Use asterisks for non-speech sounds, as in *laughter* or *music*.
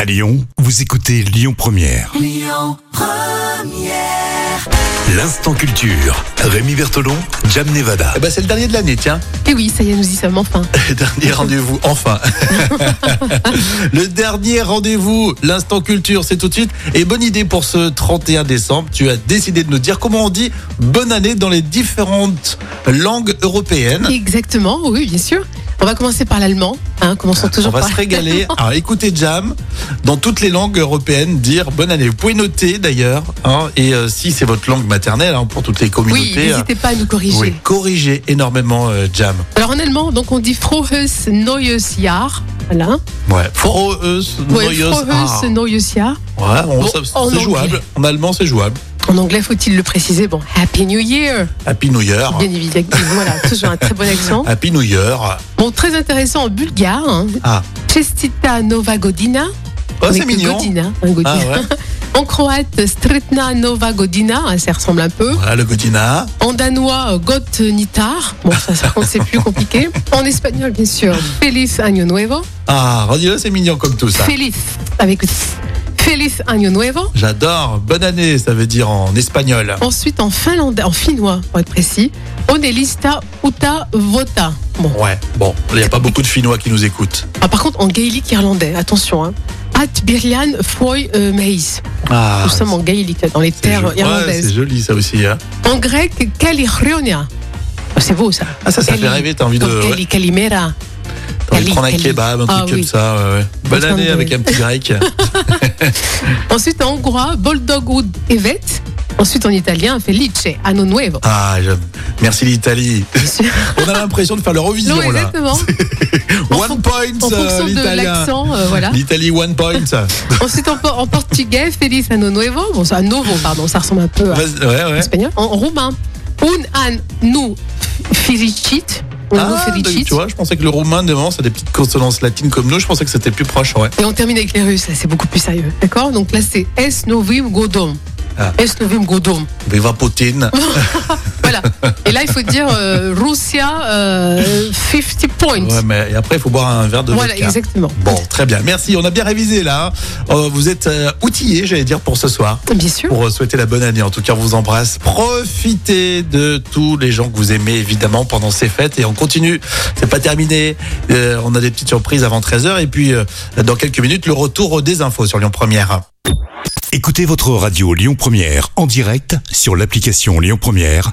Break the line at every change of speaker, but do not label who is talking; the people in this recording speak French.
À Lyon, vous écoutez Lyon Première. L'instant culture. Rémi Bertolon, Jam Nevada.
Eh ben, c'est le dernier de l'année, tiens. *laughs*
Et Eh oui, ça y est, nous y sommes enfin.
Le dernier rendez-vous,
*laughs*
enfin. le dernier rendez-vous, l'instant culture, c'est tout de suite. Et bonne idée pour ce 31 décembre. Tu as décidé de nous dire comment on dit bonne année dans les différentes langues européennes.
Exactement, oui, bien sûr. On va commencer par l'allemand. Hein, commençons
On
toujours
va
par.
se
*laughs*
régaler. Alors écoutez Jam, dans toutes les langues européennes, dire bonne année. Vous pouvez noter d'ailleurs, hein, et euh, si c'est votre langue maternelle, hein, pour toutes les
Oui,
communautés, euh,
n'hésitez pas à nous corriger.
oui, corrigez énormément euh, Jam.
Alors en allemand, donc on dit frohes neues Jahr. Voilà.
Ouais. Froheus,
Ouais,
Neues Jahr.
frohes neues Jahr.
Ouais, on-
Bon,
ça-
en
c'est
anglais.
jouable. En allemand, c'est jouable.
En anglais, faut-il le préciser Bon, Happy New Year.
Happy New Year.
Bien évidemment. voilà, toujours
*laughs*
un très bon accent.
Happy New Year.
Bon, très intéressant en bulgare. Hein.
Ah,
Chestita Nova Godina.
oh,
Avec
c'est
le
mignon.
Godina, hein, Godina.
Ah, ouais.
En croate, Stretna Nova Godina. hein, Ça ressemble un peu.
Voilà, le Godina.
En danois, euh, Gott Nitar. Bon, ça, ça compte, c'est plus compliqué. En espagnol, bien sûr, Feliz Año Nuevo.
Ah, redis-le, c'est mignon comme tout ça.
Feliz, avec S. Feliz Año Nuevo.
J'adore. Bonne année, ça veut dire en espagnol.
Ensuite, en finlandais, en finnois, pour être précis, Onelista Uta Vota. Bon.
Ouais, bon, il n'y a pas beaucoup de Finnois qui nous écoutent.
Ah, par contre, en gaélique irlandais, attention, hein. At Birlian Foy Maïs.
Ah,
Nous sommes en gaélique, là, dans les
c'est
terres
joli. Ouais,
irlandaises.
c'est joli, ça aussi. hein.
en grec, Kalirionia. Ah, C'est beau, ça.
Ah, ça, ça fait
Cali-
rêver, t'as envie de,
Comme
ouais,
Cali- Calimera.
t'as envie de
Cali-
prendre un
Cali.
kebab, un truc
Ah,
comme
oui.
ça. ouais, ouais. Bonne
train
année
de-
avec un petit grec.
Ensuite, en hongrois, Bulldog ou Evet. Ensuite, en italien, Felice Anno Nuevo.
*laughs* Ah, j'aime. merci l'Italie. *laughs* On a l'impression de faire l'Eurovision,
Non,
là. *laughs*
exactement. En fon-
One point,
En
euh,
fonction de
l'italien.
l'accent, euh,
*laughs*
voilà.
L'Italie, one point.
Ensuite, en, por- en portugais, Feliz Anno Nuevo. Bon, ça, Novo, pardon, ça ressemble un peu à
Vas- ouais, ouais.
l'espagnol. En roumain, Un an nu felicit. Un
Ah,
nu felicit.
tu vois, je pensais que le roumain, devant, c'est des petites consonances latines comme nous. Je pensais que c'était plus proche, ouais.
Et on termine avec les russes, là, c'est beaucoup plus sérieux. D'accord Donc là, c'est Es Novim Godom.
Ah.
Es Novim Godom.
Viva *laughs* Poutine.
Voilà. Et là, il faut dire euh, Russia euh, 50 points.
Ouais, mais et après, il faut boire un verre de
voilà,
vodka.
exactement.
Bon, très bien. Merci. On a bien révisé là. hein. Euh, vous êtes euh, outillés, j'allais dire, pour ce soir.
Bien sûr.
Pour euh, souhaiter la bonne année. En tout cas, on vous embrasse. Profitez de tous les gens que vous aimez, évidemment, pendant ces fêtes. Et on continue. C'est pas terminé. Euh, on a des petites surprises avant 13h. Et puis, euh, dans quelques minutes, le retour des infos sur Lyon Première.
Écoutez votre radio Lyon Première en direct sur l'application Lyon Première,